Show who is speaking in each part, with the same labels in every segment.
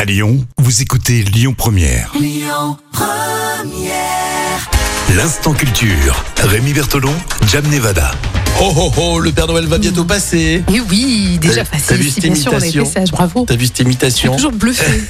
Speaker 1: À Lyon, vous écoutez Lyon Première. Lyon Première. L'instant culture. Rémi Bertolon, Jam Nevada.
Speaker 2: Oh oh oh, le Père Noël va bientôt passer.
Speaker 3: Et Eh oui, déjà
Speaker 2: T'as- t'as
Speaker 3: facile.
Speaker 2: vu
Speaker 3: si,
Speaker 2: cette
Speaker 3: bien sûr, on a
Speaker 2: imitation
Speaker 3: été sage. Bravo.
Speaker 2: T'as vu cette
Speaker 3: Je suis
Speaker 2: imitation
Speaker 3: toujours bluffé.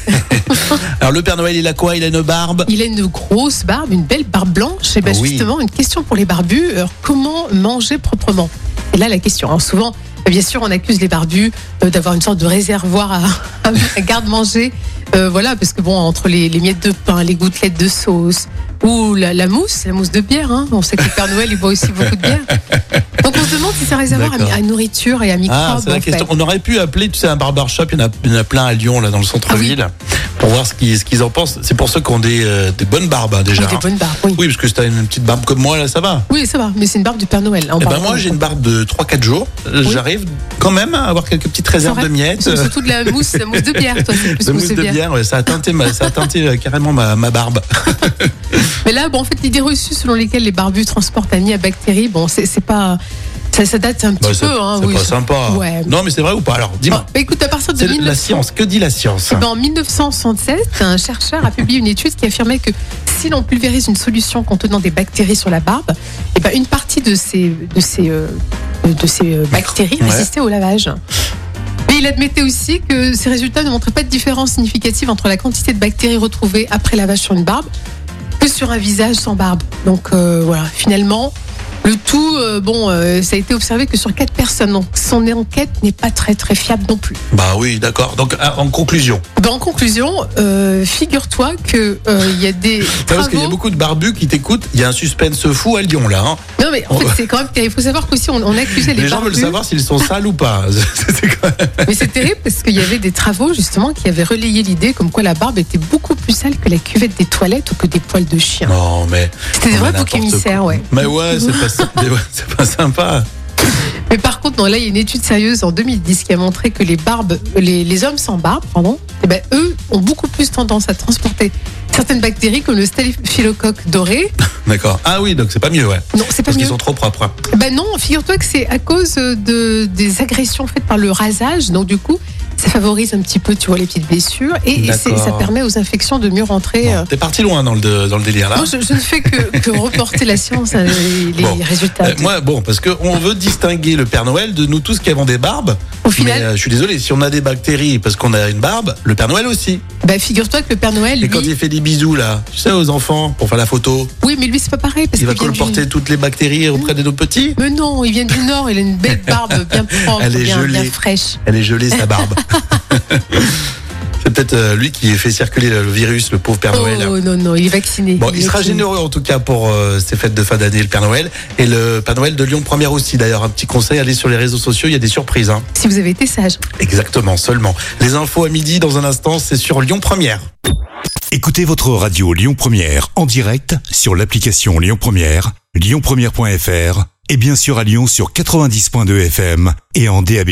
Speaker 2: Alors le Père Noël, il a quoi Il a une barbe
Speaker 3: Il a une grosse barbe, une belle barbe blanche. Et ben
Speaker 2: Ah oui.
Speaker 3: justement, une question pour les barbus Alors, comment manger proprement Et là, la question. hein. Souvent, euh, bien sûr, on accuse les barbus euh, d'avoir une sorte de réservoir à, à garde-manger. Euh, voilà, parce que bon, entre les, les miettes de pain, les gouttelettes de sauce ou la, la mousse, la mousse de bière, hein. on sait que le Père Noël, il boit aussi beaucoup de bière. Donc on se demande si c'est un réservoir à, mi-
Speaker 2: D'accord.
Speaker 3: à nourriture et à microbes.
Speaker 2: Ah, c'est
Speaker 3: en
Speaker 2: la
Speaker 3: fait.
Speaker 2: question. On aurait pu appeler, tu sais, un barbershop. Il y en a, il y en a plein à Lyon, là, dans le centre-ville,
Speaker 3: Ah
Speaker 2: pour voir ce qu'ils, ce qu'ils en pensent. C'est pour ceux qui ont des, euh, des bonnes barbes, hein, déjà.
Speaker 3: Ou Ah, des
Speaker 2: hein.
Speaker 3: bonnes barbes, oui.
Speaker 2: Oui, parce que si t'as une petite barbe comme moi, là, ça va.
Speaker 3: Oui, ça va, mais c'est une barbe du Père Noël. hein, là, on
Speaker 2: Eh ben
Speaker 3: parle
Speaker 2: moi,
Speaker 3: de-
Speaker 2: j'ai une barbe de 3-4 jours. J'arrive quand même à avoir quelques petites réserves de
Speaker 3: vrai.
Speaker 2: miettes.
Speaker 3: C'est surtout de la mousse, la mousse de bière, toi, c'est plus
Speaker 2: De mousse de bière, ouais, ça a teinté, ma- ça a teinté euh, carrément ma, ma barbe.
Speaker 3: Mais là, bon, en fait, l'idée reçue selon lesquelles les barbus transportent amis à bactéries, bon, c'est c'est pas. Ça, ça date un petit
Speaker 2: Bah, c'est
Speaker 3: peu, hein,
Speaker 2: c'est
Speaker 3: oui.
Speaker 2: pas sympa.
Speaker 3: Ouais.
Speaker 2: Non, mais c'est vrai ou pas Alors, dis-moi.
Speaker 3: Bon, bah, écoute, à partir de
Speaker 2: C'est la
Speaker 3: 1900
Speaker 2: science. Que dit la science
Speaker 3: Eh ben, en 1967, un chercheur a publié une étude qui affirmait que si l'on pulvérise une solution contenant des bactéries sur la barbe, eh ben, une partie de ces, de ces, euh, de ces euh, bactéries
Speaker 2: Ouais.
Speaker 3: résistait au lavage. Mais il admettait aussi que ces résultats ne montraient pas de différence significative entre la quantité de bactéries retrouvées après lavage sur une barbe que sur un visage sans barbe. Donc euh, voilà, finalement, le tout, euh, bon, euh, ça a été observé que sur quatre personnes. Donc son enquête n'est pas très très fiable non plus.
Speaker 2: Bah oui, d'accord. Donc, à- en conclusion,
Speaker 3: Ben, en conclusion, euh, figure-toi que euh, il y a des
Speaker 2: Ouais, parce qu'il y a
Speaker 3: travaux.
Speaker 2: beaucoup de barbus qui t'écoutent. Il y a un suspense fou à Lyon, là. hein.
Speaker 3: Non mais en fait c'est quand même il faut savoir qu'aussi on, on accusait les,
Speaker 2: Les gens veulent
Speaker 3: barbus.
Speaker 2: savoir s'ils sont sales ou pas. C'est quand même-
Speaker 3: Mais c'est terrible parce qu'il y avait des travaux justement qui avaient relayé l'idée comme quoi la barbe était beaucoup plus sale que la cuvette des toilettes ou que des poils de chien.
Speaker 2: Non, Ah, mais.
Speaker 3: C'était
Speaker 2: on a
Speaker 3: des vrais boucs
Speaker 2: n'importe
Speaker 3: émissaires,
Speaker 2: quoi.
Speaker 3: ouais.
Speaker 2: Mais ouais, c'est pas, sy- mais ouais, c'est pas sympa.
Speaker 3: Mais par contre, non, là, il y a une étude sérieuse en 2010 qui a montré que les barbes, les, les hommes sans barbe, pardon, eh ben, eux ont beaucoup plus tendance à transporter certaines bactéries comme le staphylocoque doré.
Speaker 2: D'accord. Ah oui, donc c'est pas mieux, ouais.
Speaker 3: Non, c'est pas
Speaker 2: Parce
Speaker 3: mieux.
Speaker 2: qu'ils sont trop propres. hein.
Speaker 3: Ben non, figure-toi que c'est à cause euh, de, des agressions faites par le rasage. Donc du coup, ça favorise un petit peu, tu vois, les petites blessures et, et c'est-
Speaker 2: D'accord.
Speaker 3: ça permet aux infections de mieux rentrer.
Speaker 2: Bon,
Speaker 3: euh.
Speaker 2: T'es parti loin dans le, de- dans le délire, là.
Speaker 3: Moi, je, je ne fais que, que reporter la science, hein, les, les
Speaker 2: Bon.
Speaker 3: résultats.
Speaker 2: Euh, moi, bon, parce qu'on veut distinguer le Père Noël de nous tous qui avons des barbes.
Speaker 3: Au final,
Speaker 2: Mais euh, je suis désolé, si on a des bactéries parce qu'on a une barbe, le Père Noël aussi.
Speaker 3: ben, figure-toi que le Père Noël,
Speaker 2: euh, Et quand
Speaker 3: lui,
Speaker 2: il fait des bisous, là, tu sais, aux enfants, pour faire la photo,
Speaker 3: oui, mais lui, c'est pas pareil parce
Speaker 2: il va
Speaker 3: qu'il vient du-
Speaker 2: colporter toutes les bactéries auprès des nos petits.
Speaker 3: Mais non, il vient du Nord, il a une belle barbe bien propre,
Speaker 2: Elle est
Speaker 3: bien, bien
Speaker 2: gelée.
Speaker 3: fraîche.
Speaker 2: Elle est gelée, sa barbe. C'est peut-être euh, lui qui fait circuler le virus, le pauvre Père
Speaker 3: Oh
Speaker 2: Noël.
Speaker 3: non, non, il est vacciné.
Speaker 2: Bon, il
Speaker 3: est
Speaker 2: sera
Speaker 3: vacciné.
Speaker 2: généreux en tout cas pour euh, ces fêtes de fin d'année, le Père Noël. Et le Père Noël de Lyon Première aussi, d'ailleurs, un petit conseil, allez sur les réseaux sociaux, il y a des surprises. hein.
Speaker 3: Si vous avez été sage.
Speaker 2: Exactement, seulement. Les infos à midi, dans un instant, c'est sur Lyon Première.
Speaker 1: Écoutez votre radio Lyon Première en direct sur l'application Lyon Première, lyonpremière.fr et bien sûr à Lyon sur 90.2 FM et en DAB+.